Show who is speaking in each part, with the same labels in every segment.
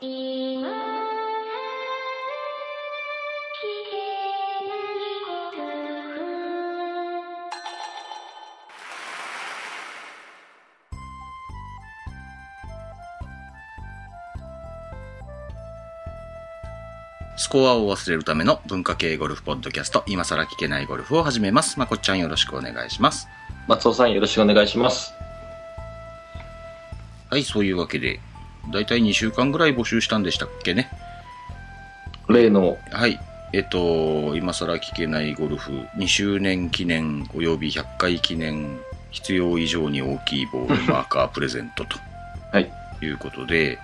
Speaker 1: 今から聞けないこと
Speaker 2: スコアを忘れるための文化系ゴルフポッドキャスト、今更聞けないゴルフを始めます。まこっちゃんよろしくお願いします。
Speaker 3: 松尾さんよろしくお願いします。
Speaker 2: はい、そういうわけで、だいたい2週間ぐらい募集したんでしたっけね。
Speaker 3: 例の、
Speaker 2: はい。えっと、今更聞けないゴルフ、2周年記念及び100回記念、必要以上に大きいボー ルマーカープレゼントと。
Speaker 3: はい。
Speaker 2: いうことで、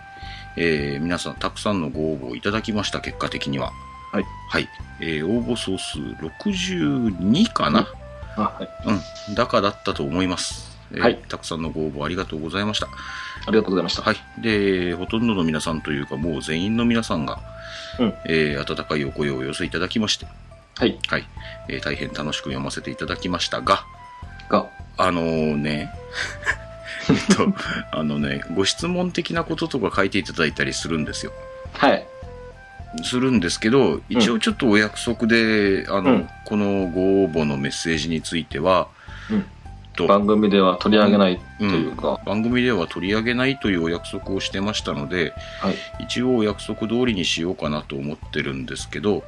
Speaker 2: えー皆さんたくさんのご応募いただきました、結果的には。
Speaker 3: はい。
Speaker 2: はい。えー応募総数62かな、
Speaker 3: あはい、
Speaker 2: うん、だかだったと思います。えー
Speaker 3: はい
Speaker 2: たくさんのご応募ありがとうございました。
Speaker 3: ありがとうございました。
Speaker 2: はい。で、ほとんどの皆さんというか、もう全員の皆さんが、
Speaker 3: うん
Speaker 2: えー温かいお声をお寄せいただきまして、
Speaker 3: はい。
Speaker 2: はい。えー大変楽しく読ませていただきましたが、
Speaker 3: が、
Speaker 2: あのね、 えっ と、あのね、ご質問的なこととか書いていただいたりするんですよ。
Speaker 3: はい。
Speaker 2: するんですけど、一応ちょっとお約束で、あの、
Speaker 3: うん
Speaker 2: このご応募のメッセージについては、
Speaker 3: うん
Speaker 2: と
Speaker 3: 番組では取り上げないと
Speaker 2: うん
Speaker 3: いうか、
Speaker 2: 番組では取り上げないというお約束をしてましたので、
Speaker 3: はい。
Speaker 2: 一応お約束通りにしようかなと思ってるんですけど、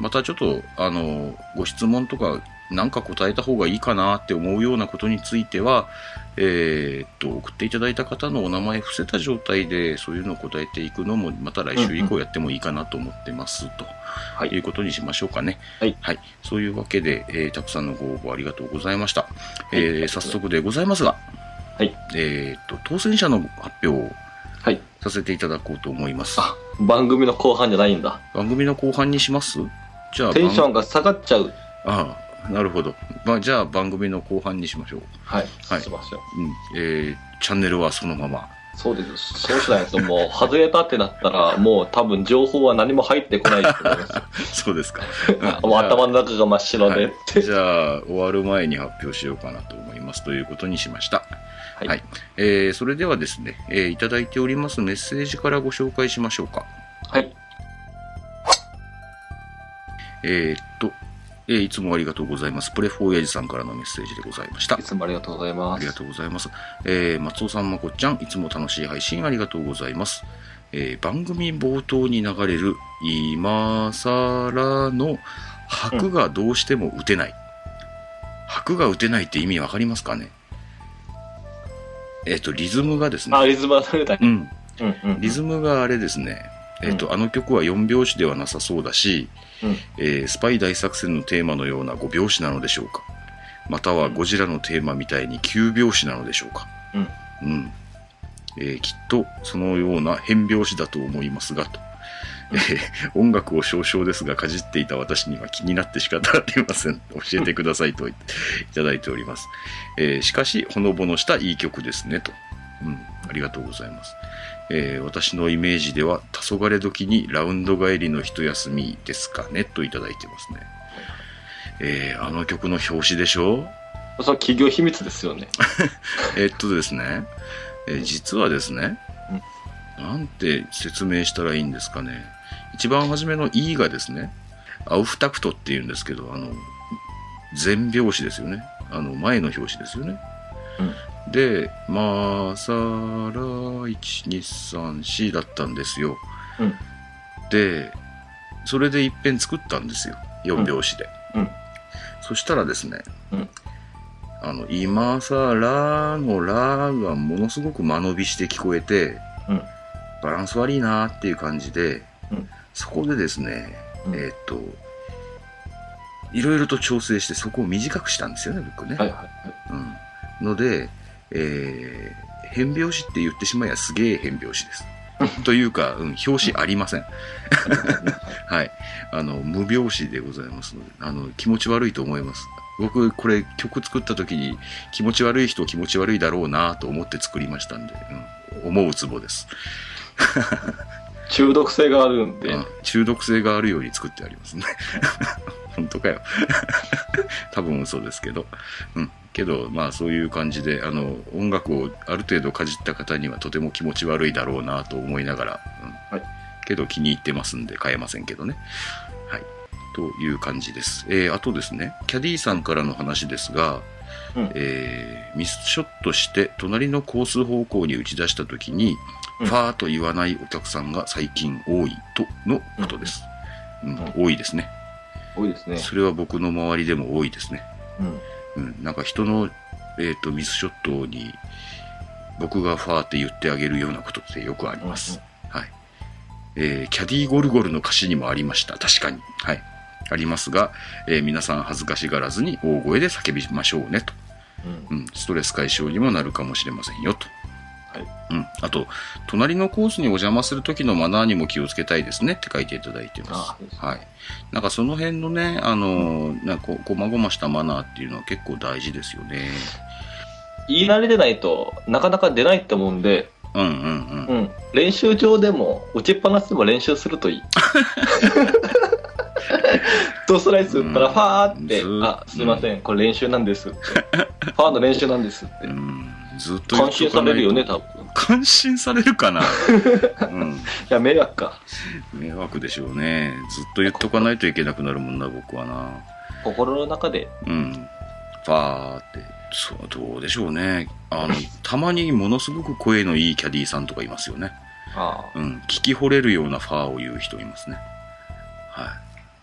Speaker 2: またちょっと、あの、ご質問とか、なんか答えた方がいいかなって思うようなことについては、えーっと、送っていただいた方のお名前伏せた状態で、そういうのを答えていくのも、また来週以降やってもいいかなと思ってます、と。
Speaker 3: はい
Speaker 2: いうことにしましょうかね。
Speaker 3: はい
Speaker 2: そういうわけで、えーたくさんのご応募ありがとうございました。えー早速でございますが、
Speaker 3: はい
Speaker 2: えーっと、当選者の発表を
Speaker 3: はい。
Speaker 2: させていただこうと思います。
Speaker 3: あ、番組の後半じゃないんだ。
Speaker 2: 番組の後半にしますじゃあ、
Speaker 3: テンショ
Speaker 2: 番
Speaker 3: ンが下がっちゃう。
Speaker 2: ああ、なるほど。まあ、じゃあ、番組の後半にしましょう。
Speaker 3: はい。
Speaker 2: はい
Speaker 3: しましょう。
Speaker 2: うん。えー、チャンネルはそのま ま。
Speaker 3: そうです。そうしないともう、外れたってなったら、 もう多分情報は何も入ってこないと思い ます。
Speaker 2: そうですか。
Speaker 3: もう頭
Speaker 2: の
Speaker 3: の中が真っ白で。
Speaker 2: じゃあ、終わる前に発表しようかなと思います。ということにしました。
Speaker 3: はい
Speaker 2: はいえー、それではですね、えーいただいておりますメッセージからご紹介しましょうか。
Speaker 3: はい。
Speaker 2: えー、っと、えーいつもありがとうございます。プレフォーヤジさんからのメッセージでございました
Speaker 3: い。つもありがとうございます。
Speaker 2: ありがとうございます。えー松尾さん、まこっちゃん、いつも楽しい配信ありがとうございます。えー番組冒頭に流れる、今更の白がどうしても打てない。白が打てないって意味わかりますかねえっ、と、リズムがです
Speaker 3: あ、
Speaker 2: ね、
Speaker 3: リズムは取れた。
Speaker 2: うん、
Speaker 3: うんうん。
Speaker 2: リズムがあれですね、えっ、と、あの曲は4拍子ではなさそうだし、
Speaker 3: うん
Speaker 2: えースパイ大作戦のテーマのような5拍子なのでしょうかまたはゴジラのテーマみたいに9拍子なのでしょうかうん、えーきっとそのような変拍子だと思いますがと、えー音楽を少々ですがかじっていた私には気になって仕方ありま せん教えてくださいと言っていただいております、えーしかしほのぼのしたいい曲ですねと、うん、ありがとうございますえー私のイメージでは黄昏時にラウンド帰りの一休みですかねといただいてますね、えーあの曲の表紙でしょ
Speaker 3: それは企業秘密ですよね。
Speaker 2: えっとですね、えー実はですね、なんて説明したらいいんですかね一番初めの E がですねアウフタクトっていうんですけどあの前拍子ですよねあの前の表紙ですよね、で「まさら1234」だったんですよ、
Speaker 3: うん
Speaker 2: でそれでいっぺん作ったんですよ4拍子で、
Speaker 3: うんうん
Speaker 2: そしたらですねあの、今さ、ラーのラーがものすごく間延びして聞こえて、
Speaker 3: うん
Speaker 2: バランス悪いなーっていう感じで、
Speaker 3: うん
Speaker 2: そこでですね、
Speaker 3: うん
Speaker 2: えーっと、いろいろと調整してそこを短くしたんですよね、僕ね。
Speaker 3: はいはい
Speaker 2: うん、ので、えー変拍子って言ってしまえばすげえ変拍子 です。というか、うん、表紙ありません。はい。あの、無拍子でございますので、あの、気持ち悪いと思います。僕、これ曲作った時に気持ち悪い人気持ち悪いだろうなと思って作りましたんで、うん、思うツボです、
Speaker 3: はい。中毒性があるんで。
Speaker 2: うん中毒性があるように作ってありますね。 本当かよ。 多分嘘ですけど。うん。けど、まあそういう感じで、あの、音楽をある程度かじった方にはとても気持ち悪いだろうなと思いながら、けど気に入ってますんで買えませんけどね。はい。という感じです。えー、あとですね、キャディさんからの話ですが、
Speaker 3: うん
Speaker 2: えーミスショットして隣のコース方向に打ち出した時に、
Speaker 3: うん
Speaker 2: ファーと言わないお客さんが最近多いとのことです。うん
Speaker 3: う
Speaker 2: 多いですね。
Speaker 3: 多いですね。
Speaker 2: それは僕の周りでも多いですね。
Speaker 3: うん。
Speaker 2: うん、なんか人の、えー、とミスショットに僕がファーって言ってあげるようなことってよくあります。はいえーキャディゴルゴルの歌詞にもありました。確かに。はい、ありますが、えー皆さん恥ずかしがらずに大声で叫びましょうねと、
Speaker 3: うん。
Speaker 2: うん。ストレス解消にもなるかもしれませんよと。
Speaker 3: はい
Speaker 2: うん、あと、隣のコースにお邪魔する時のマナーにも気をつけたいですねって書いていただいてます
Speaker 3: あ。そうですね
Speaker 2: はい。なんかその辺のね、あのー、なんかこう、こまごましたマナーっていうのは結構大事ですよね。
Speaker 3: 言い慣れてないとなかなか出ないと思うんで、
Speaker 2: うんうんう。
Speaker 3: うんん。練習場でも、打ちっぱなしでも練習す るといい。ドスライス打ったら、
Speaker 2: うん
Speaker 3: ファーって、
Speaker 2: ず
Speaker 3: あ、すいません、これ練習な んですって。ファーの練習なんですって。
Speaker 2: うん、ずっと言っ
Speaker 3: 監
Speaker 2: と
Speaker 3: 視
Speaker 2: か
Speaker 3: さ
Speaker 2: ないと
Speaker 3: れるよね、多分。い
Speaker 2: 感心されるかな、うん、
Speaker 3: や、迷惑か。
Speaker 2: 迷惑でしょうねずっと言っとかないといけなくなるもんな僕はな
Speaker 3: 心の中で。
Speaker 2: うんファーってそうどうでしょうねあの たまにものすごく声のいいキャディーさんとかいますよね
Speaker 3: ああ。
Speaker 2: うん、聞き惚れるようなファーを言う人いますね。は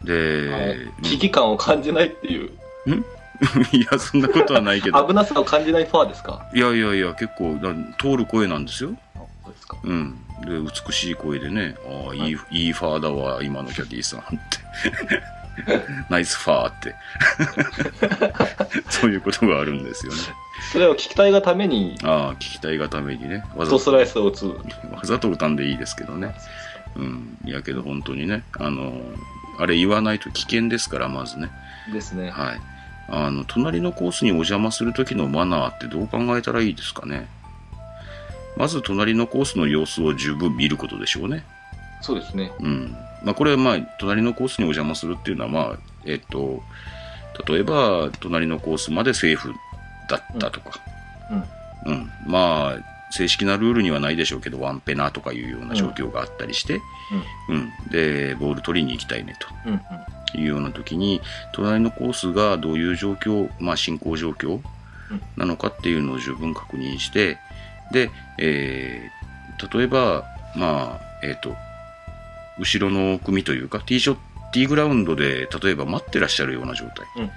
Speaker 2: い。で、うん
Speaker 3: 危機感を感じないっていう、
Speaker 2: いや、そんなことはないけど、
Speaker 3: 危なさを感じないファーですか
Speaker 2: いやいやいや、結構な通る声なんですよ。
Speaker 3: そうですか。
Speaker 2: うん。で、美しい声でね、ああ、いい、いいファーだわ、今のキャディーさんって。 ナイスファー って。そういうことがあるんですよね。
Speaker 3: それを聞きたいがために、
Speaker 2: ああ、聞きたいがためにね、わざ
Speaker 3: ド
Speaker 2: と、
Speaker 3: スライスを打つ。
Speaker 2: わざと歌んでいいですけどね。うん。いやけど、本当にね、あの、あれ言わないと危険ですから、まずね。
Speaker 3: ですね。
Speaker 2: はい。あの、隣のコースにお邪魔するときのマナーってどう考えたらいいですかね。まず、隣のコースの様子を十分見ることでしょうね。
Speaker 3: そうですね。
Speaker 2: うん。まあ、これはまあ、隣のコースにお邪魔するっていうのは、まあ、えっと、例えば、隣のコースまでセーフだったとか。うん。まあ、正式なルールにはないでしょうけど、ワンペナとかいうような状況があったりして、うん。で、ボール取りに行きたいねと。
Speaker 3: うん。うん。
Speaker 2: いうような時に隣のコースがどういう状況、まあ、進行状況
Speaker 3: うん
Speaker 2: なのかっていうのを十分確認してで、えー例えば、まあえー、と後ろの組というかティーショットティーグラウンドで例えば待ってらっしゃるような状態
Speaker 3: うん。うん。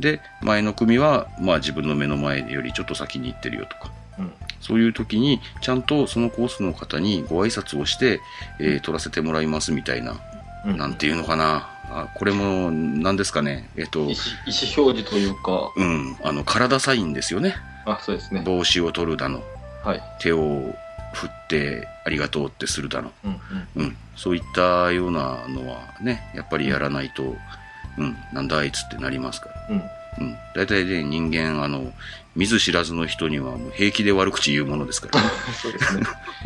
Speaker 2: で前の組は、まあ、自分の目の前よりちょっと先に行ってるよとか
Speaker 3: うん。うん。
Speaker 2: そういう時に、ちゃんとそのコースの方にご挨拶をして、えー取らせてもらいますみたいな、
Speaker 3: うん
Speaker 2: なんていうのかな。あこれも、何ですかね。えっと
Speaker 3: 意思、意思表示というか、
Speaker 2: うん、あの、体サインですよね。
Speaker 3: あ、そうですね。
Speaker 2: 帽子を取るだの、
Speaker 3: はい。
Speaker 2: 手を振ってありがとうってするだの。
Speaker 3: うん。
Speaker 2: うん、そういったようなのはね、やっぱりやらないと、うん、なんだあいつってなりますから。
Speaker 3: うん。うん。
Speaker 2: うん、大体ね、人間、あの、見ず知らずの人にはもう平気で悪口言うものですから。
Speaker 3: そうですね。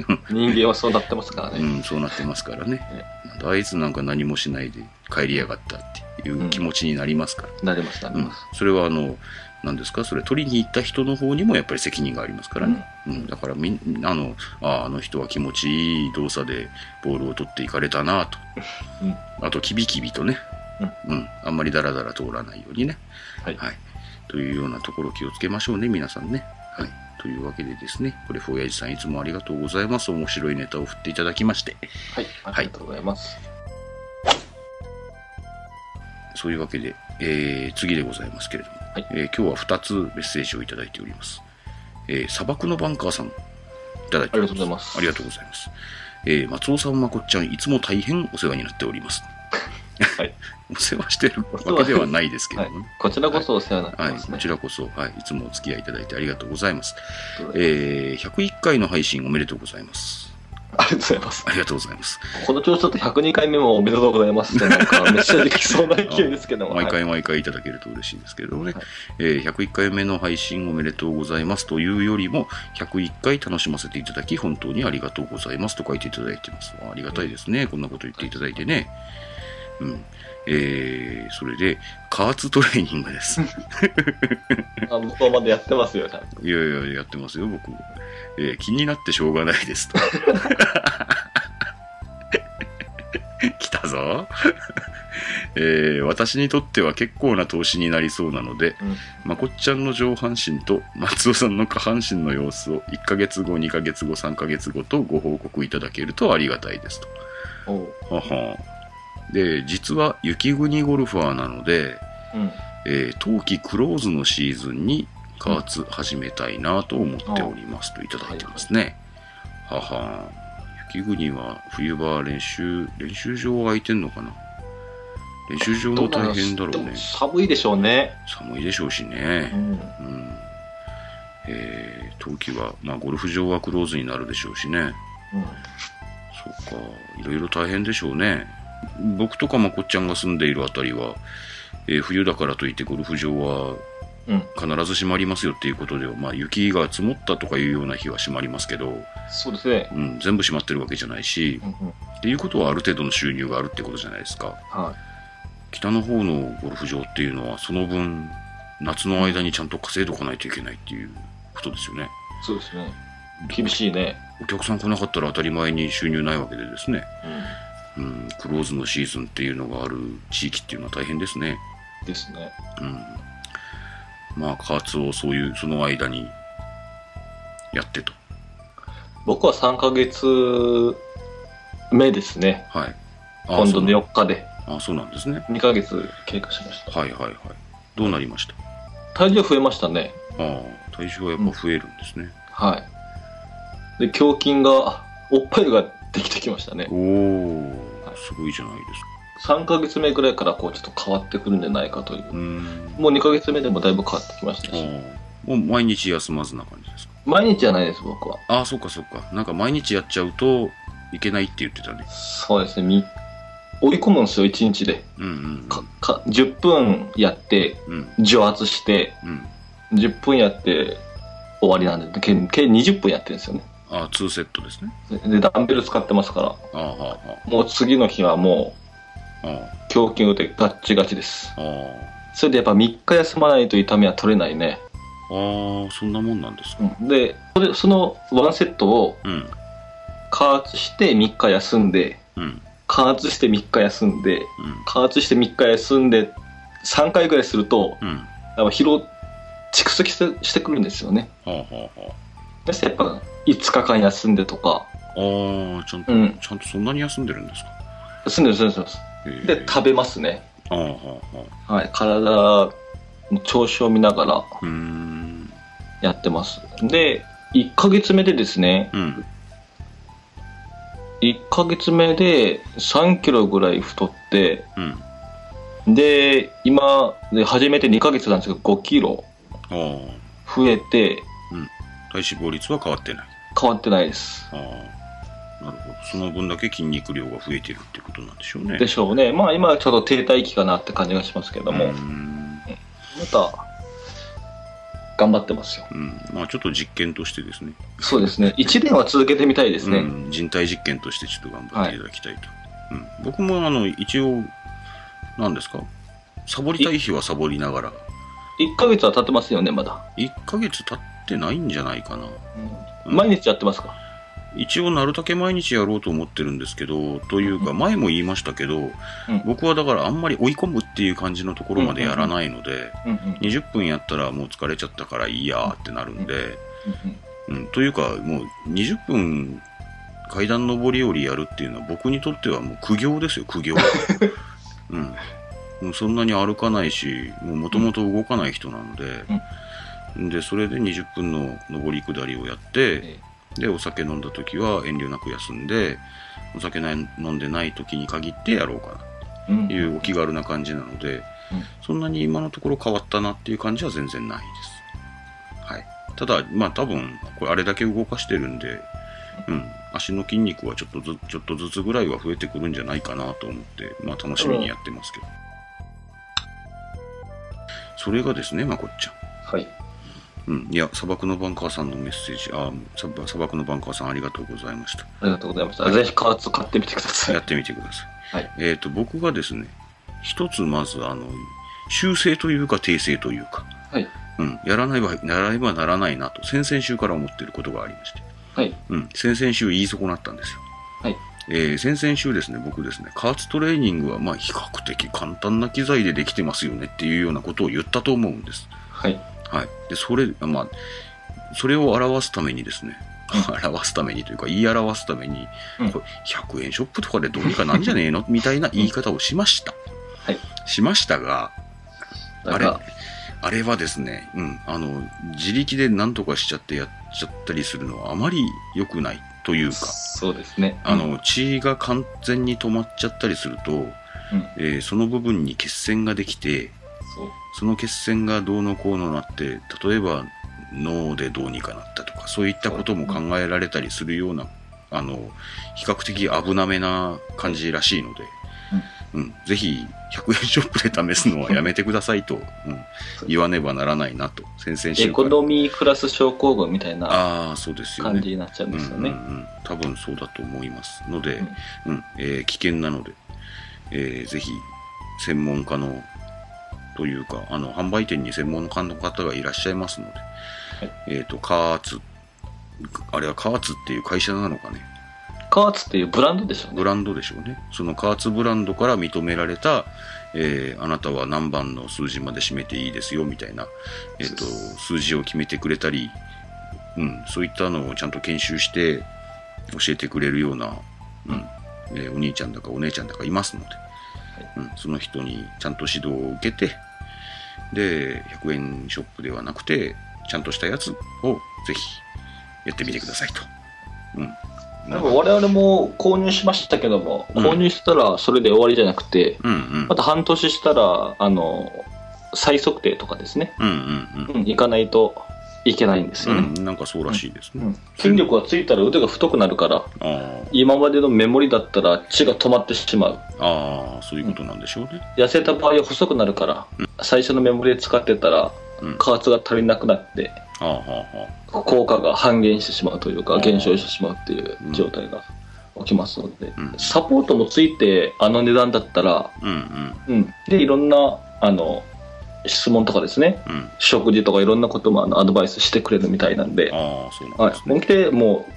Speaker 3: 人間はそうなってますから
Speaker 2: う
Speaker 3: ね。
Speaker 2: ん、そうなってますからね。なんだあいつなんか何もしないで帰りやがったっていう気持ちになりますから。
Speaker 3: なります、な
Speaker 2: う
Speaker 3: り
Speaker 2: ん
Speaker 3: ます。
Speaker 2: それはあの、何ですかそれ取りに行った人の方にもやっぱり責任がありますからね。うん、だからみん、あの、ああの人は気持ちいい動作でボールを取っていかれたなと。
Speaker 3: うん
Speaker 2: あと、キビキビとね。うん、あんまりダラダラ通らないようにね。
Speaker 3: はい
Speaker 2: というようなところ気をつけましょうね、皆さんね。はい。というわけでですね、これ、フォーヤージさんいつもありがとうございます。面白いネタを振っていただきまして。
Speaker 3: はい。ありがとうございます。
Speaker 2: そういうわけで、えー次でございますけれども、
Speaker 3: はい
Speaker 2: えー今日は2つメッセージをいただいております。えー砂漠のバンカーさん、いただいており
Speaker 3: ありがとうございます
Speaker 2: ありがとうございます。えー松尾さん、まこっちゃん、いつも大変お世話になっております。
Speaker 3: はい。
Speaker 2: お世話してるわけではないですけれどもね。
Speaker 3: こちらこそお世話になって
Speaker 2: はい、
Speaker 3: ま
Speaker 2: こ
Speaker 3: すね
Speaker 2: ち。らこそ、はい、いつもお付き合いいただいてありがとうございます。
Speaker 3: ありがとうございます
Speaker 2: えー101回の配信おめでとうございます。
Speaker 3: ありがとうございます。
Speaker 2: ありがとうございます。
Speaker 3: この調子だと102回目もおめでとうございますって、なんかめっちゃできそうな勢いですけども。
Speaker 2: 毎
Speaker 3: はい。
Speaker 2: 回毎回いただけると嬉しいんですけれどもね、
Speaker 3: はい
Speaker 2: えー101回目の配信おめでとうございますというよりも、101回楽しませていただき、本当にありがとうございますと書いていただいてます。ありがたいですね。こんなこと言っていただいてね。うん。えー、それで、加圧トレーニングです。
Speaker 3: あ向こうまでやってますよ、ちゃんと。
Speaker 2: いやいや、やってますよ、 僕。えー気になってしょうがないですと。は、えー私にとっては結構な投資になりそうなので、
Speaker 3: うん
Speaker 2: まこっちゃんの上半身と松尾さんの下半身の様子を1ヶ月後、2ヶ月後、3ヶ月後とご報告いただけるとありがたいですと。
Speaker 3: おう
Speaker 2: ははで、実は雪国ゴルファーなので、
Speaker 3: うん。
Speaker 2: えー冬季クローズのシーズンに加圧始めたいなと思っておりますといただいてますね。はは雪国は冬場練習、練習場は空いてんのかな練習場も大変だろう
Speaker 3: で
Speaker 2: ね
Speaker 3: も。寒いでしょうね。
Speaker 2: 寒いでしょうしね
Speaker 3: う。ん。
Speaker 2: うん。えー冬季は、まあゴルフ場はクローズになるでしょうしね。そうか、いろいろ大変でしょうね。僕とかまこっちゃんが住んでいるあたりは、えー冬だからといってゴルフ場は
Speaker 3: うん。
Speaker 2: 必ず閉まりますよっていうことでは、まあ、雪が積もったとかいうような日は閉まりますけど、
Speaker 3: そうですね。
Speaker 2: うん、全部閉まってるわけじゃないし、
Speaker 3: うんうん。
Speaker 2: っていうことはある程度の収入があるってことじゃないですか。
Speaker 3: は
Speaker 2: 北の方のゴルフ場っていうのは、その分、夏の間にちゃんと稼いでおかないといけないっていうことですよね。
Speaker 3: い。そうですね。厳しいね。
Speaker 2: お客さん来なかったら当たり前に収入ないわけでですね。
Speaker 3: う
Speaker 2: うん、クローズのシーズンっていうのがある地域っていうのは大変ですね。
Speaker 3: ん。ですね。
Speaker 2: うん。まあ、加圧をそういう、その間にやってと。
Speaker 3: 僕は3ヶ月目ですね。
Speaker 2: はい。あ
Speaker 3: 今度の
Speaker 2: そう
Speaker 3: 4日で。
Speaker 2: あ、そうなんですね。
Speaker 3: 2ヶ月経過しました。
Speaker 2: はいはいはい。どうなりました
Speaker 3: 体重増えましたね。
Speaker 2: ああ、体重はやっぱ増えるんですね。
Speaker 3: はい。で、胸筋が、おっぱいができてきましたね。
Speaker 2: おお、すごいじゃないですか。
Speaker 3: 3ヶ月目ぐらいからこうちょっと変わってくるんじゃないかという
Speaker 2: うー。ん。
Speaker 3: もう2ヶ月目でもだいぶ変わってきましたし。
Speaker 2: ああもう毎日休まずな感じですか。
Speaker 3: 毎日じゃないです、僕は。
Speaker 2: ああ、そうかそうか。なんか毎日やっちゃうといけないって言ってたね。
Speaker 3: そうですね。み追い込むんですよ、1日で。
Speaker 2: うんうん
Speaker 3: かか10分やって、
Speaker 2: うん。うん
Speaker 3: 除圧して、
Speaker 2: うん。
Speaker 3: 10分やって終わりなんで、計計20分やってるんですよね。
Speaker 2: ああ、2セットですね。
Speaker 3: でで、ダンベル使ってますから、
Speaker 2: ああ、ああ、
Speaker 3: もう次の日はも
Speaker 2: あ
Speaker 3: う胸筋腕ガッチガチです。
Speaker 2: あ、ああ。
Speaker 3: それでやっぱ3日休まないと痛みは取れないね。
Speaker 2: ああ、そんなもんなんですか。
Speaker 3: うんで、それそのワンセットを
Speaker 2: うん。
Speaker 3: 加圧して3日休んで、
Speaker 2: うん。
Speaker 3: 加圧して3日休んで、
Speaker 2: うん。
Speaker 3: 加圧して3日休んで、3回ぐらいすると、
Speaker 2: うん。は
Speaker 3: やっぱ疲労、蓄積してしてくるんですよね。
Speaker 2: あ、はあ、は
Speaker 3: そしてやっぱ5日間休んでとか、
Speaker 2: あ。ああ、ちゃんと、
Speaker 3: うん、
Speaker 2: ちゃんとそんなに休んでるんですか。
Speaker 3: 休んでる、休んでる休んで
Speaker 2: へ
Speaker 3: る。
Speaker 2: え
Speaker 3: で、食べますね。
Speaker 2: ああ、はあ、はあ。
Speaker 3: はい、体の調子を見ながら
Speaker 2: うーん。
Speaker 3: やってます。で、1ヶ月目でですね、
Speaker 2: うん。
Speaker 3: 1ヶ月目で3キロぐらい太って、
Speaker 2: うん。
Speaker 3: で、今、で初めて2ヶ月なんですけど、5キロ
Speaker 2: ああ。
Speaker 3: 増えて、
Speaker 2: 体脂肪率は変わってない。
Speaker 3: 変わってないです。
Speaker 2: ああ。なるほど。その分だけ筋肉量が増えてるってことなんでしょうね。
Speaker 3: でしょうね。まあ今はちょっと停滞期かなって感じがしますけども、
Speaker 2: うー
Speaker 3: ま
Speaker 2: ん。
Speaker 3: た、頑張ってますよ。
Speaker 2: うん。まあ、ちょっと実験としてですね。
Speaker 3: そうですね。1年は続けてみたいですね。
Speaker 2: うん、人体実験としてちょっと頑張っていただきたいと、うん、僕もあの一応何ですかサボりたい日はサボりながら
Speaker 3: 1ヶ月は経ってますよね、まだ。
Speaker 2: 1ヶ月経ってないんじゃないかなうん
Speaker 3: 毎日やってますか
Speaker 2: 一応なるだけ毎日やろうと思ってるんですけどというか
Speaker 3: う
Speaker 2: 前も言いましたけど、僕はだからあんまり追い込むっていう感じのところまでやらないので、
Speaker 3: うんうん
Speaker 2: 20分やったらもう疲れちゃったからいいやーってなるんで、
Speaker 3: うん
Speaker 2: うん、というかもう20分階段上り下りやるっていうのは僕にとってはもう苦行ですよ苦行、うん、もうそんなに歩かないしもともと動かない人なので、でそれで20分の上り下りをやって
Speaker 3: え
Speaker 2: でお酒飲んだ時は遠慮なく休んでお酒ない飲んでない時に限ってやろうかな
Speaker 3: えうん
Speaker 2: というお気軽な感じなので、
Speaker 3: うん
Speaker 2: そんなに今のところ変わったなっていう感じは全然ないです。はい、ただ、まあ多分、これあれだけ動かしてるんで、うん、足の筋肉はちょっとずちょっとずつぐらいは増えてくるんじゃないかなと思って、まあ楽しみにやってますけど。それがですね、まこっちゃん。
Speaker 3: はい。
Speaker 2: うん、いや、砂漠のバンカーさんのメッセージ、あ砂砂漠のバンカーさんありがとうございました。
Speaker 3: ありがとうございました。ぜひ加圧買ってみてくださ
Speaker 2: や
Speaker 3: い。
Speaker 2: ってみてください。
Speaker 3: はい
Speaker 2: えっ、と、僕がですね、一つまず、あの、修正というか訂正というか、
Speaker 3: はい。
Speaker 2: うん、やらないば、ならねばならないなと、先々週から思っていることがありまして、
Speaker 3: はい。
Speaker 2: うん、先々週言い損なったんですよ。
Speaker 3: はい
Speaker 2: えー先々週ですね、僕ですね、加圧トレーニングはまあ比較的簡単な機材でできてますよねっていうようなことを言ったと思うんです。
Speaker 3: はい。
Speaker 2: はい。で、それ、あまあ、それを表すためにですね、表すためにというか、言い表すために、
Speaker 3: うん
Speaker 2: これ100円ショップとかでどうにかなんじゃねえのみたいな言い方をしました。
Speaker 3: はい。
Speaker 2: しましたが、
Speaker 3: な
Speaker 2: あ
Speaker 3: ん
Speaker 2: れ
Speaker 3: か、、
Speaker 2: あれはですね、うん、あの、自力で何とかしちゃってやっちゃったりするのはあまり良くないというか、
Speaker 3: そうですね。
Speaker 2: あの、血が完全に止まっちゃったりすると、えーその部分に血栓ができて、
Speaker 3: そう。
Speaker 2: その血栓がどうのこうのなって、例えば脳でどうにかなったとか、そういったことも考えられたりするような、あの、比較的危なめな感じらしいので、うん、ぜひ100円ショップで試すのはやめてくださいと、うん、言わねばならないなと、先々
Speaker 3: エ
Speaker 2: 週か
Speaker 3: コ
Speaker 2: ら。
Speaker 3: ノミークラス症候群みたいな
Speaker 2: ああ、そうですよね。
Speaker 3: 感じになっちゃうんですよね。
Speaker 2: うんうんうん、多分そうだと思いますので、う
Speaker 3: うん
Speaker 2: んえー危険なので、えーぜひ専門家のというかあの販売店に専門家の方がいらっしゃいますので、えー、と加圧あれは加圧っていう会社なのかね
Speaker 3: カーツっていうブランドでしょうね。
Speaker 2: ブランドでしょうねその加圧ブランドから認められた、えーあなたは何番の数字まで締めていいですよみたいな、えー、と数字を決めてくれたり、うん、そういったのをちゃんと研修して教えてくれるような、うんえーお兄ちゃんだかお姉ちゃんだかいますので、うん、その人にちゃんと指導を受けてで100円ショップではなくてちゃんとしたやつをぜひやってみてくださいと。うん
Speaker 3: なんか我々も購入しましたけども、
Speaker 2: うん
Speaker 3: 購入したらそれで終わりじゃなくて、
Speaker 2: うんうん
Speaker 3: また半年したら、あの、再測定とかですね、
Speaker 2: うんうんうん
Speaker 3: うん、行かないといけないんですよね。
Speaker 2: うん、なんかそうらしいですね。
Speaker 3: うん筋力がついたら腕が太くなるから、
Speaker 2: あ
Speaker 3: 今までのメモリだったら血が止まってしまう。
Speaker 2: あああ、そういうことなんでしょうね。
Speaker 3: 痩せた場合は細くなるから、最初のメモリで使ってたら
Speaker 2: うん、
Speaker 3: 加圧が足りなくなって、
Speaker 2: ああ、はあ、は
Speaker 3: 効果が半減してしまうという
Speaker 2: う
Speaker 3: か
Speaker 2: ん
Speaker 3: 減少してしまうっていう状態が起きますので、
Speaker 2: うん
Speaker 3: サポートもついてあの値段だったら、
Speaker 2: あ。うんうん、
Speaker 3: うん、でいろんなあの質問とかですね
Speaker 2: うん。
Speaker 3: 食事とかいろんなこともあのアドバイスしてくれるみたいなんで、
Speaker 2: ああ、そうなん
Speaker 3: はい
Speaker 2: です、
Speaker 3: 本
Speaker 2: ね。
Speaker 3: 気でもう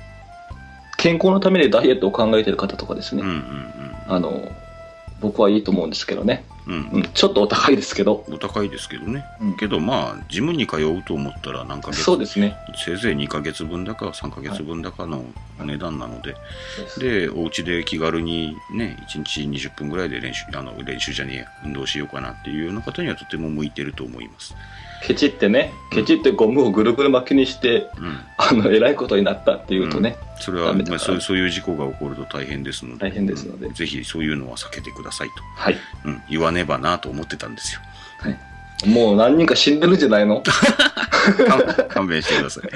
Speaker 3: 健康のためにダイエットを考えてる方とかですね、
Speaker 2: うんうん
Speaker 3: あの僕はいいと思うんですけどね、
Speaker 2: うん。
Speaker 3: うん、ちょっとお高いですけど、
Speaker 2: うん。お高いですけどね。
Speaker 3: うん
Speaker 2: けどまあ、ジムに通うと思ったら何ヶ月、
Speaker 3: そうですね
Speaker 2: せいぜい2ヶ月分だか3ヶ月分だかのお値段なので、で、お家で気軽にね、1日20分ぐらいで練習、あの、練習じゃねえや、運動しようかなっていうような方にはとても向いてると思います。
Speaker 3: ケチってねケチってゴムをぐるぐる巻きにして
Speaker 2: うん。
Speaker 3: あのえらいことになったっていうとね、
Speaker 2: それは、
Speaker 3: ダメだ
Speaker 2: まあ、
Speaker 3: から
Speaker 2: そうそういう事故が起こると大変ですので
Speaker 3: 大変ですので
Speaker 2: うんぜひそういうのは避けてくださいと、
Speaker 3: はい
Speaker 2: うん、言わねばなと思ってたんですよ
Speaker 3: もう何人か死んでるんじゃないの
Speaker 2: 勘 勘弁してください、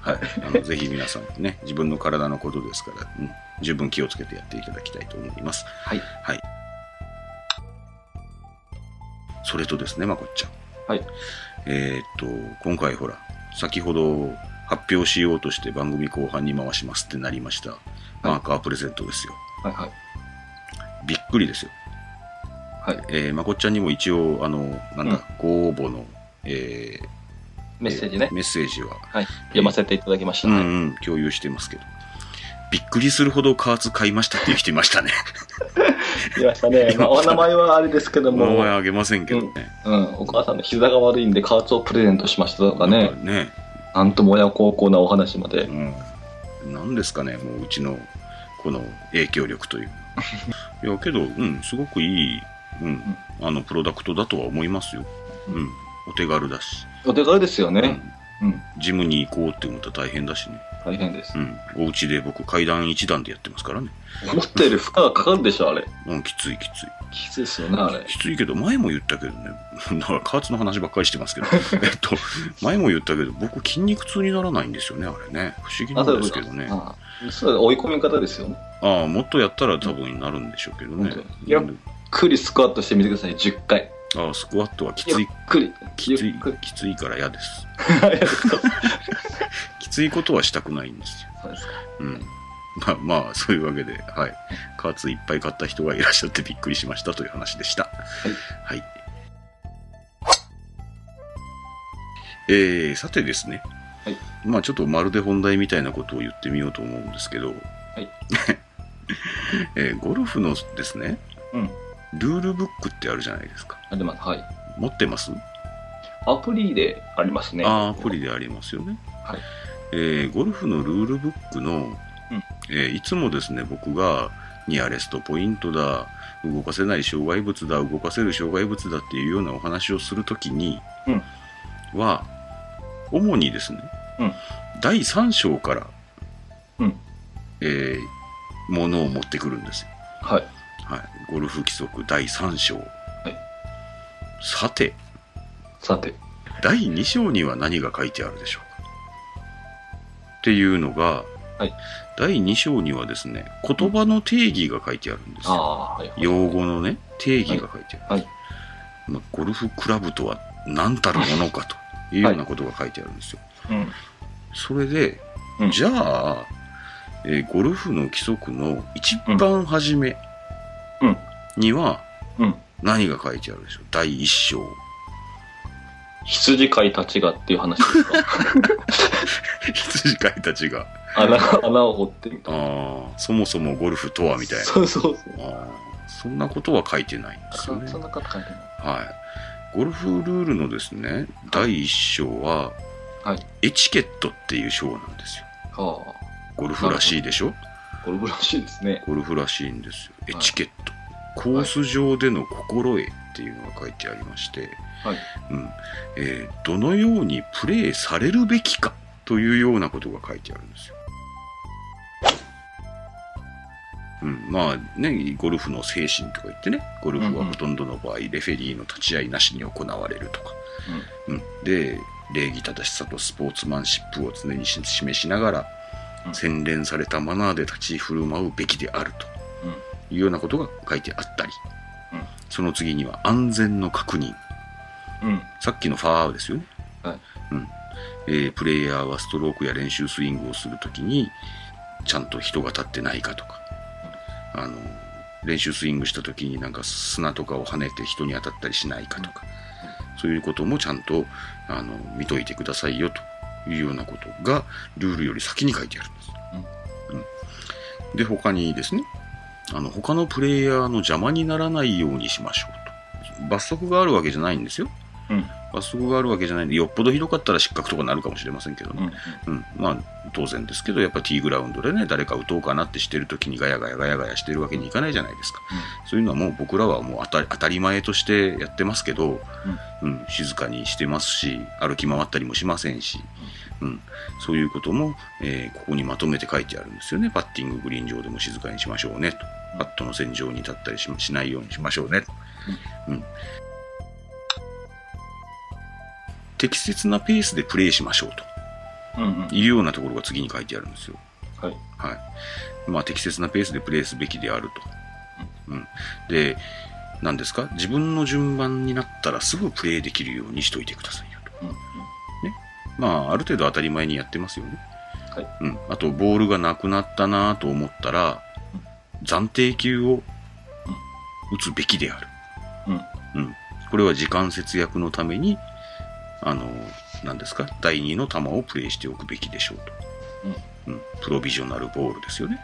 Speaker 2: はい、あのぜひ皆さんね自分の体のことですから、うん、十分気をつけてやっていただきたいと思います
Speaker 3: はい
Speaker 2: はいそれとですねまこっちゃん
Speaker 3: はい
Speaker 2: えーっと今回ほら先ほど発表しようとして番組後半に回しますってなりましたマーカープレゼントですよ、
Speaker 3: はいはい
Speaker 2: びっくりですよ。
Speaker 3: はい。
Speaker 2: えーまこっちゃんにも一応、あの、なんだ、ご応募の、えー
Speaker 3: メッセージね
Speaker 2: えーメッセージは、
Speaker 3: 読ませていただきました、
Speaker 2: う
Speaker 3: ね
Speaker 2: んうん、共有してますけど、びっくりするほど加圧買いましたっていう人いましたね。
Speaker 3: いましたね、まあ、お名前はあれですけど
Speaker 2: お名
Speaker 3: も、
Speaker 2: 前あげませんけどね。
Speaker 3: うん、お母さんの膝が悪いんで加圧をプレゼントしましたとか
Speaker 2: なん
Speaker 3: ね
Speaker 2: かね、
Speaker 3: なんとも親孝行なお話まで
Speaker 2: うん。なんですかね、もううちの、この影響力 という。いや、けど、うん、すごくいい、うん、あの、プロダクトだとは思いますよ。うん。お手軽だし。
Speaker 3: お手軽ですよ
Speaker 2: う
Speaker 3: ね、
Speaker 2: ん
Speaker 3: うん、
Speaker 2: ジムに行こうって思ったら大変だしね。
Speaker 3: 大変です
Speaker 2: う、ん、お家で僕階段一段でやってますからね、
Speaker 3: 思ったより負荷がかかるでしょあれ
Speaker 2: うん、きついきつい
Speaker 3: きついですよねあれ
Speaker 2: きついけど前も言ったけどね だから加圧の話ばっかりしてますけど えっと前も言ったけど僕筋肉痛にならないんですよねあれね不思議なんですけどねあ
Speaker 3: あそうだ追い込み方ですよね
Speaker 2: あもっとやったら多分になるんでしょうけどね
Speaker 3: 本当にいやゆっくりスクワットしてみてください10回
Speaker 2: ああスクワットはきつ
Speaker 3: ゆっ
Speaker 2: い
Speaker 3: くり
Speaker 2: きつ
Speaker 3: ゆ
Speaker 2: い
Speaker 3: っくり
Speaker 2: きついから嫌ですきついことはしたくないんですよ
Speaker 3: そうですか
Speaker 2: うん まあまあそういうわけで、はい、加圧いっぱい買った人がいらっしゃってびっくりしましたという話でした。はい、えーさてですね、
Speaker 3: はい
Speaker 2: まあちょっとまるで本題みたいなことを言ってみようと思うんですけど、はい えーゴルフのですね、
Speaker 3: うん
Speaker 2: ルールブックってあるじゃないですか。
Speaker 3: あります。はい。
Speaker 2: 持ってます、
Speaker 3: アプリでありますね。
Speaker 2: あーアプリでありますよね。
Speaker 3: はい
Speaker 2: えーゴルフのルールブックの、えーいつもですね、僕がニアレストポイントだ、動かせない障害物だ、動かせる障害物だっていうようなお話をするときに
Speaker 3: うん
Speaker 2: は、主にですね、
Speaker 3: うん
Speaker 2: 第3章から、
Speaker 3: うん
Speaker 2: えーものを持ってくるんですよ
Speaker 3: はい。
Speaker 2: はい、ゴルフ規則第3章、さて
Speaker 3: さて。
Speaker 2: 第2章には何が書いてあるでしょうかっていうのが、
Speaker 3: はい
Speaker 2: 第2章にはですね言葉の定義が書いてあるんです
Speaker 3: あ
Speaker 2: よ
Speaker 3: あ、はい、はい。
Speaker 2: 用語のね定義が書いてある、
Speaker 3: はいは
Speaker 2: まあゴルフクラブとは何たるものかというようなことが書いてあるんですよ、
Speaker 3: うん。
Speaker 2: それで、
Speaker 3: うん
Speaker 2: じゃあ、えーゴルフの規則の一番初め
Speaker 3: うん
Speaker 2: には
Speaker 3: うん
Speaker 2: 何が書いてあるでしょう第1章。
Speaker 3: 羊飼いたちがっていう話で すか
Speaker 2: 羊飼いたちが。
Speaker 3: 穴穴を掘ってみたい
Speaker 2: ああ、そもそもゴルフとはみたいな。
Speaker 3: そうそうそ
Speaker 2: あ
Speaker 3: う。
Speaker 2: ーそんなことは書いてないんです
Speaker 3: そ
Speaker 2: よ
Speaker 3: ん
Speaker 2: ね。
Speaker 3: な方書いてない。
Speaker 2: はい。ゴルフルールのですね、第1章は、
Speaker 3: はい
Speaker 2: エチケットっていう章なんですよ。
Speaker 3: は
Speaker 2: ゴルフらしいでしょ
Speaker 3: あ、ゴルフらしいですね。
Speaker 2: ゴルフらしいんですよ。エ
Speaker 3: はい
Speaker 2: チケット。コース上での心得っていうのが書いてありまして、
Speaker 3: はい
Speaker 2: うんえーどのようにプレーされるべきかというようなことが書いてあるんですよ。うん、まあね、ゴルフの精神とか言ってね、ゴルフはほとんどの場合、レフェリーの立ち会いなしに行われるとか、うん、で、礼儀正しさとスポーツマンシップを常に示しながら、
Speaker 3: うん
Speaker 2: 洗練されたマナーで立ち振る舞うべきであると、
Speaker 3: うん
Speaker 2: いうようなことが書いてあったり、
Speaker 3: うん
Speaker 2: その次には安全の確認
Speaker 3: うん。
Speaker 2: さっきのファーですよね、
Speaker 3: はい
Speaker 2: うんえープレイヤーはストロークや練習スイングをするときにちゃんと人が立ってないかとか、あの練習スイングしたときになんか砂とかを跳ねて人に当たったりしないかとか、そういうこともちゃんとあの見といてくださいよというようなことがルールより先に書いてあるんです。うんで他にですねあの他のプレイヤーの邪魔にならないようにしましょうと罰則があるわけじゃないんですよ。
Speaker 3: うん。
Speaker 2: 罰則があるわけじゃないんで、よっぽどひどかったら失格とかなるかもしれませんけど
Speaker 3: うん。う
Speaker 2: ね、
Speaker 3: ん。
Speaker 2: うんまあ当然ですけど、やっぱティーグラウンドでね、誰か打とうかなってしてるときにガヤガヤガヤガヤしてるわけにいかないじゃないですか、そういうのはもう僕らはもう当たり当たり前としてやってますけど、うん静かにしてますし、歩き回ったりもしませんし、うん、そういうことも、えーここにまとめて書いてあるんですよね、パッティンググリーン上でも静かにしましょうねと、パットの線上に立ったりししないようにしましょうねと。うん適切なペースでプレイしましょうと。
Speaker 3: うん。うん。
Speaker 2: いうようなところが次に書いてあるんですよ。
Speaker 3: はい。
Speaker 2: はい。まあ、適切なペースでプレイすべきであると。うん。で、何ですか自分の順番になったらすぐプレイできるようにしといてくださいよと。
Speaker 3: うん。
Speaker 2: まあ、ある程度当たり前にやってますよね。
Speaker 3: はい。
Speaker 2: うん。あと、ボールがなくなったなと思ったら、暫定球を打つべきである。
Speaker 3: うん。
Speaker 2: これは時間節約のために、あの、何ですか、第2の球をプレイしておくべきでしょうと。うんプロビジョナルボールですよね。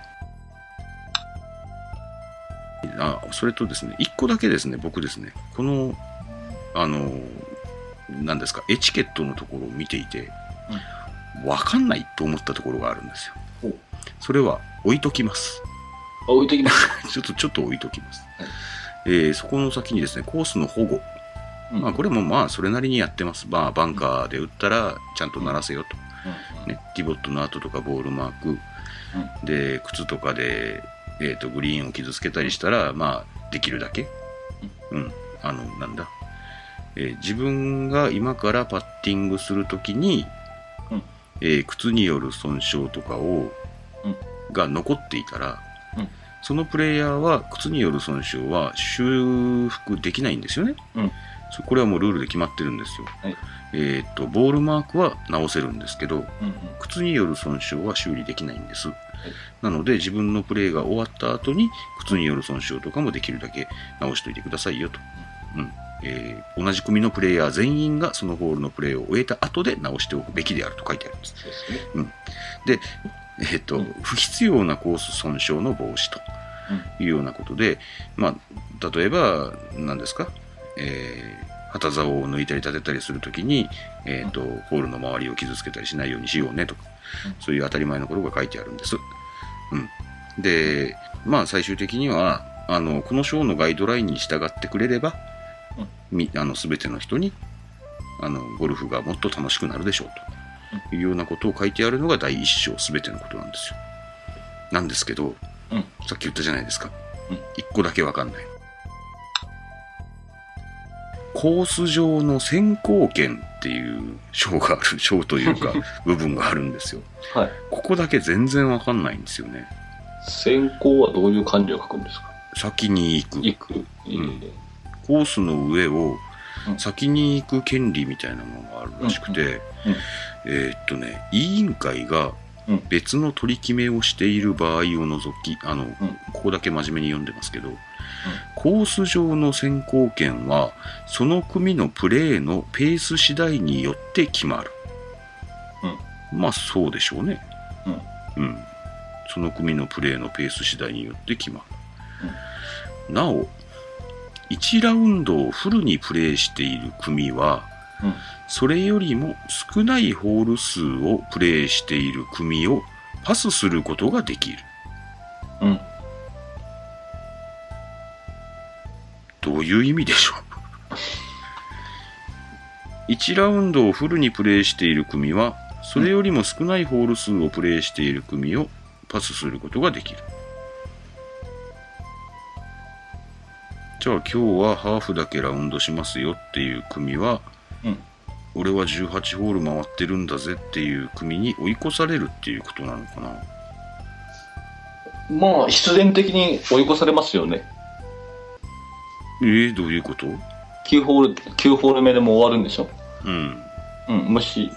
Speaker 2: あそれとですね、1個だけですね、僕ですね、この、あの、何ですか、エチケットのところを見ていて、わかんないと思ったところがあるんです
Speaker 3: ほ
Speaker 2: よ
Speaker 3: う。
Speaker 2: それは置いときます。
Speaker 3: あ、置いときます。
Speaker 2: ちょっと、ちょっと置いときます。
Speaker 3: はい
Speaker 2: えーそこの先にですね、コースの保護。
Speaker 3: うん
Speaker 2: まあ、これもまあ、それなりにやってます。まあ、バンカーで打ったら、ちゃんと鳴らせよと。
Speaker 3: うん
Speaker 2: ね、ディボットの後とかボールマーク。で、靴とかで、えっ、と、グリーンを傷つけたりしたら、まあ、できるだけ。うん。あの、なんだ。えー自分が今からパッティングするときに、
Speaker 3: うん
Speaker 2: えー靴による損傷とかを、
Speaker 3: うん
Speaker 2: が残っていたら、
Speaker 3: うん
Speaker 2: そのプレイヤーは靴による損傷は修復できないんですよね。
Speaker 3: うん
Speaker 2: そこれはもうルールで決まってるんですよ。
Speaker 3: はい
Speaker 2: えーっと、ボールマークは直せるんですけど、
Speaker 3: うん。
Speaker 2: 靴による損傷は修理できないんです。なので自分のプレーが終わった後に靴による損傷とかもできるだけ直しておいてくださいよと。うんえー同じ組のプレイヤー全員がそのホールのプレーを終えた後で直しておくべきであると書いてあります。
Speaker 3: そうですね。
Speaker 2: で、えっと
Speaker 3: うん
Speaker 2: 不必要なコース損傷の防止と、いうようなことで、まあ、例えば何ですか、えー旗竿を抜いたり立てたりするときに、えー、とホールの周りを傷つけたりしないようにしようねとか
Speaker 3: うん
Speaker 2: そういう当たり前のことが書いてあるんです。うん、でまあ最終的にはあのこの章のガイドラインに従ってくれれば、
Speaker 3: うん
Speaker 2: みあの全ての人にあのゴルフがもっと楽しくなるでしょうというようなことを書いてあるのが第一章全てのことなんですよ。なんですけど、
Speaker 3: うん
Speaker 2: さっき言ったじゃないですか、
Speaker 3: うん
Speaker 2: 一個だけわかんない。コース上の先行権っていう章がある章という か部分があるんですよ。
Speaker 3: はい。
Speaker 2: ここだけ全然わかんないんですよね。
Speaker 3: 先行はどういう漢字を書くんですか
Speaker 2: 先に行く。
Speaker 3: 行く。
Speaker 2: んコースの上を
Speaker 3: うん
Speaker 2: 先に行く権利みたいなものがあるらしくて
Speaker 3: うんうん、
Speaker 2: えーっとね、委員会が
Speaker 3: うん
Speaker 2: 別の取り決めをしている場合を除き、あの、ここだけ真面目に読んでますけど、コース上の先行権は、その組のプレーのペース次第によって決まる。まあ、そうでしょうね。うん。その組のプレーのペース次第によって決まる。なお、1ラウンドをフルにプレーしている組は、
Speaker 3: うん
Speaker 2: それよりも少ないホール数をプレーしている組をパスすることができる。
Speaker 3: うん。
Speaker 2: どういう意味でしょう ?1 ラウンドをフルにプレイしている組は、それよりも少ないホール数をプレイしている組をパスすることができる。じゃあ今日はハーフだけラウンドしますよっていう組は、
Speaker 3: うん
Speaker 2: 俺は18ホール回ってるんだぜっていう組に追い越されるっていうことなのかな
Speaker 3: うん。まあ、必然的に追い越されますよね。
Speaker 2: えー、どういうこと
Speaker 3: 9ホール、9ホール目でもう終わるんでしょ
Speaker 2: うん。
Speaker 3: うん。もし、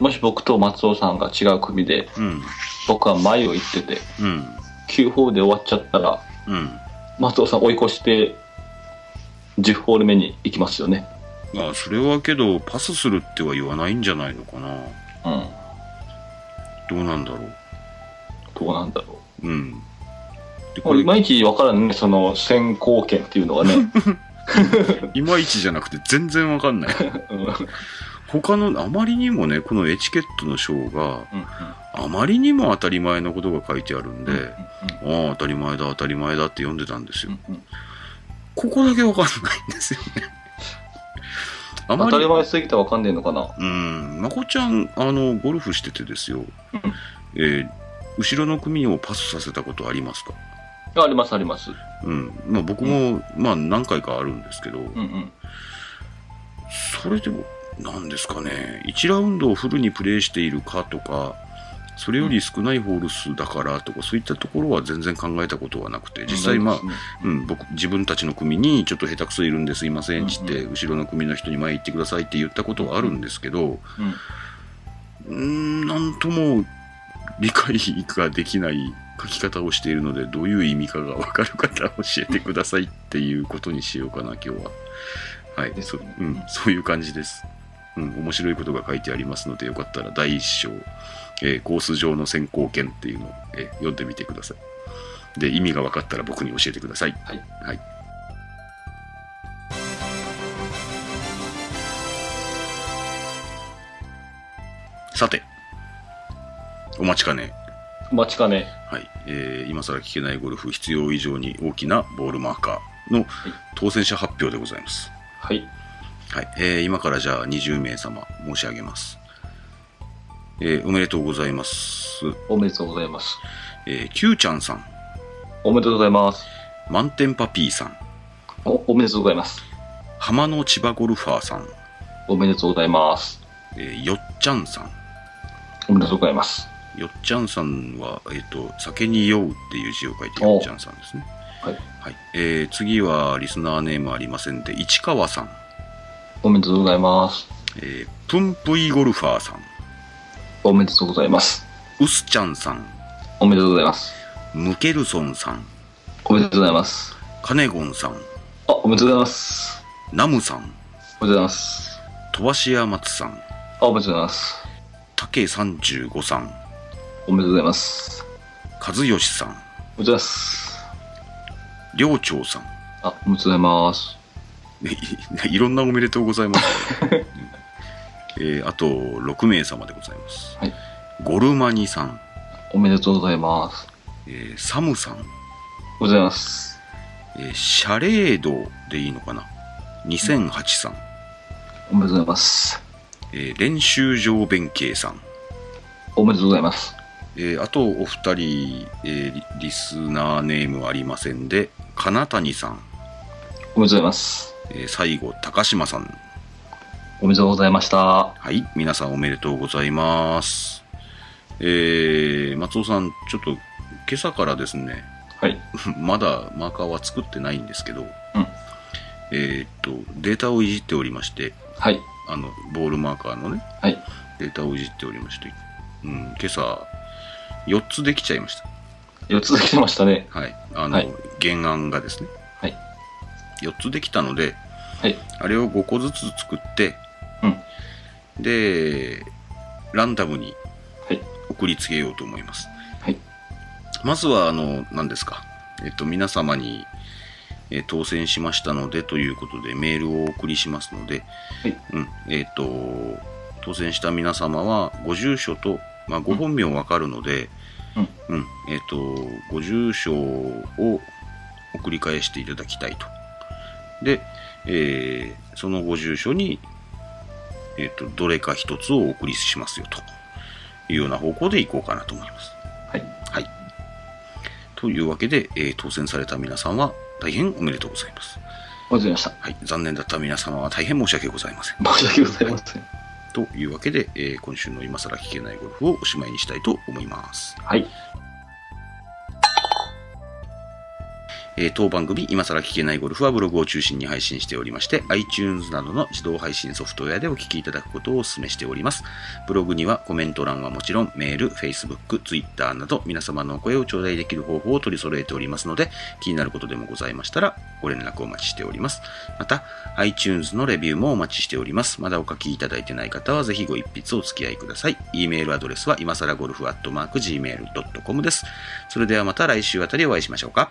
Speaker 3: もし僕と松尾さんが違う組で、
Speaker 2: うん。
Speaker 3: 僕は前を行ってて、
Speaker 2: うん。
Speaker 3: 9ホールで終わっちゃったら、
Speaker 2: うん。
Speaker 3: 松尾さん追い越して、10ホール目に行きますよね。
Speaker 2: まあそれはけどパスするっては言わないんじゃないのかな
Speaker 3: うん。
Speaker 2: どうなんだろう
Speaker 3: どうなんだろ
Speaker 2: うんでこ
Speaker 3: う。
Speaker 2: れ
Speaker 3: いまいちわからんね、その先行権っていうのがね。
Speaker 2: いまいちじゃなくて全然わかんない
Speaker 3: うん。うん。
Speaker 2: 他のあまりにもねこのエチケットの章があまりにも当たり前のことが書いてあるんで、ああ当たり前だ当たり前だって読んでたんですよ、
Speaker 3: うん
Speaker 2: ここだけわかんないんですよねあま
Speaker 3: 当
Speaker 2: り
Speaker 3: たり前すぎてわかんねえのかな。
Speaker 2: うん、まこちゃん、あの、ゴルフしててですよ。えー後ろの組をパスさせたことありますか
Speaker 3: あありますあります。
Speaker 2: うん。まあ僕も、まあ何回かあるんですけど、
Speaker 3: うんうん。
Speaker 2: それでも、なんですかね、1ラウンドをフルにプレイしているかとか、それより少ないホール数だからとか、そういったところは全然考えたことはなくて、実際まあ、うん、僕、自分たちの組に、ちょっと下手くそいるんですいませんってって、
Speaker 3: う
Speaker 2: 後ろの組の人に前行ってくださいって言ったことはあるんですけど、
Speaker 3: うん
Speaker 2: うーん、なんとも理解ができない書き方をしているので、どういう意味かがわかる方は教えてくださいっていうことにしようかな、今日は。はい、
Speaker 3: です
Speaker 2: そ
Speaker 3: ね
Speaker 2: ううん、そういう感じです。うん、面白いことが書いてありますので、よかったら第一章、えーコース上の先行権っていうのを、えー読んでみてください。で、意味が分かったら僕に教えてください。
Speaker 3: はい。
Speaker 2: はい。さて、お待ちかね。
Speaker 3: 待ちかね。
Speaker 2: はい。えー今更聞けないゴルフ、必要以上に大きなボールマーカーの当選者発表でございます。
Speaker 3: はい。
Speaker 2: はい、えー今からじゃあ20名様申し上げます。えーおめでとうございます。
Speaker 3: おめでとうございます。
Speaker 2: えー、キューちゃんさん、
Speaker 3: おめでとうございます。
Speaker 2: 満点パピーさん、
Speaker 3: お、おめでとうございます。
Speaker 2: 浜の千葉ゴルファーさん、
Speaker 3: おめでとうございます。
Speaker 2: えーよっちゃんさん。
Speaker 3: おめでとうございます。
Speaker 2: よっちゃんさんは、えっ、と、酒に酔うっていう字を書いて
Speaker 3: お
Speaker 2: よっちゃんさんですね。
Speaker 3: はい。
Speaker 2: はい。えー次はリスナーネームありませんで、市川さん、
Speaker 3: おめでとうございます。
Speaker 2: えープンプイゴルファーさん、
Speaker 3: おめでとうございます。
Speaker 2: うすちゃんさん、
Speaker 3: おめでとうございます。
Speaker 2: ムケルソンさん、
Speaker 3: おめでとうございます。
Speaker 2: カネゴンさん、
Speaker 3: あ、おめでとうございます。
Speaker 2: ナムさん、
Speaker 3: おめでとうございます。
Speaker 2: 飛ばし屋松さん、
Speaker 3: あ、おめでとうございます。
Speaker 2: 竹35さん、
Speaker 3: おめでとうございます。
Speaker 2: 和義さん、
Speaker 3: おめでとうございます。
Speaker 2: 寮長さん。
Speaker 3: あ、おめでとうございます。
Speaker 2: いいろんなおめでとうございます。 えーあと6名様でございます。
Speaker 3: はい
Speaker 2: ゴルマニさん、
Speaker 3: おめでとうございます。
Speaker 2: えーサムさん、
Speaker 3: おめでとうございます。
Speaker 2: えーシャレードでいいのかな ?2008 さん、
Speaker 3: おめでとうございます。
Speaker 2: えー練習場弁慶さん、
Speaker 3: おめでとうございます。
Speaker 2: えーあとお二人、えーリリスナーネームありませんで、金谷さん、
Speaker 3: おめでとうございます。
Speaker 2: えー最後高島さん、
Speaker 3: おめでとうございまし
Speaker 2: は
Speaker 3: た。
Speaker 2: い、皆さんおめでとうございます。えー、松尾さん、ちょっと今朝からですね、
Speaker 3: はい。
Speaker 2: まだマーカーは作ってないんですけど、
Speaker 3: うん
Speaker 2: えーっと、データをいじっておりまして、
Speaker 3: はい。
Speaker 2: あの、ボールマーカーのね、
Speaker 3: はい
Speaker 2: データをいじっておりまして、うん、今朝、4つできちゃいまし
Speaker 3: 4つできましたね。
Speaker 2: た。はい。あの、
Speaker 3: はい
Speaker 2: 原案がですね。
Speaker 3: はい
Speaker 2: 4つできたので、
Speaker 3: はい
Speaker 2: あれを5個ずつ作って、で、ランダムに
Speaker 3: はい
Speaker 2: 送りつけようと思います。
Speaker 3: はい
Speaker 2: まずは、あの、何ですか。えっと、皆様に、えー当選しましたのでということでメールをお送りしますので、
Speaker 3: はい
Speaker 2: うん、えっ、と、当選した皆様は、ご住所と、まあ、ご本名わかるので、
Speaker 3: うん
Speaker 2: うん、えっ、と、ご住所を送り返していただきたいと。で、えーそのご住所に、えっ、と、どれか一つをお送りしますよというような方向でいこうかなと思います。
Speaker 3: はい。
Speaker 2: はい。というわけで、えー当選された皆さんは大変おめでとうございます。
Speaker 3: おめでとうござい
Speaker 2: はい。残念だった皆様は大変申し訳ございません。
Speaker 3: ました。申し訳ございません。
Speaker 2: というわけで、えー今週の今更聞けないゴルフをおしまいにしたいと思います。
Speaker 3: はい。
Speaker 2: えー当番組、今更聞けないゴルフはブログを中心に配信しておりまして、iTunes などの自動配信ソフトウェアでお聞きいただくことをお勧めしております。ブログにはコメント欄はもちろん、メール、Facebook、Twitter など、皆様のお声を頂戴できる方法を取り揃えておりますので、気になることでもございましたら、ご連絡お待ちしております。また、iTunes のレビューもお待ちしております。まだお書きいただいてない方は、ぜひご一筆お付き合いください。e メールアドレスは、今更ゴルフアットマーク Gmail.com です。それではまた来週あたりお会いしましょうか。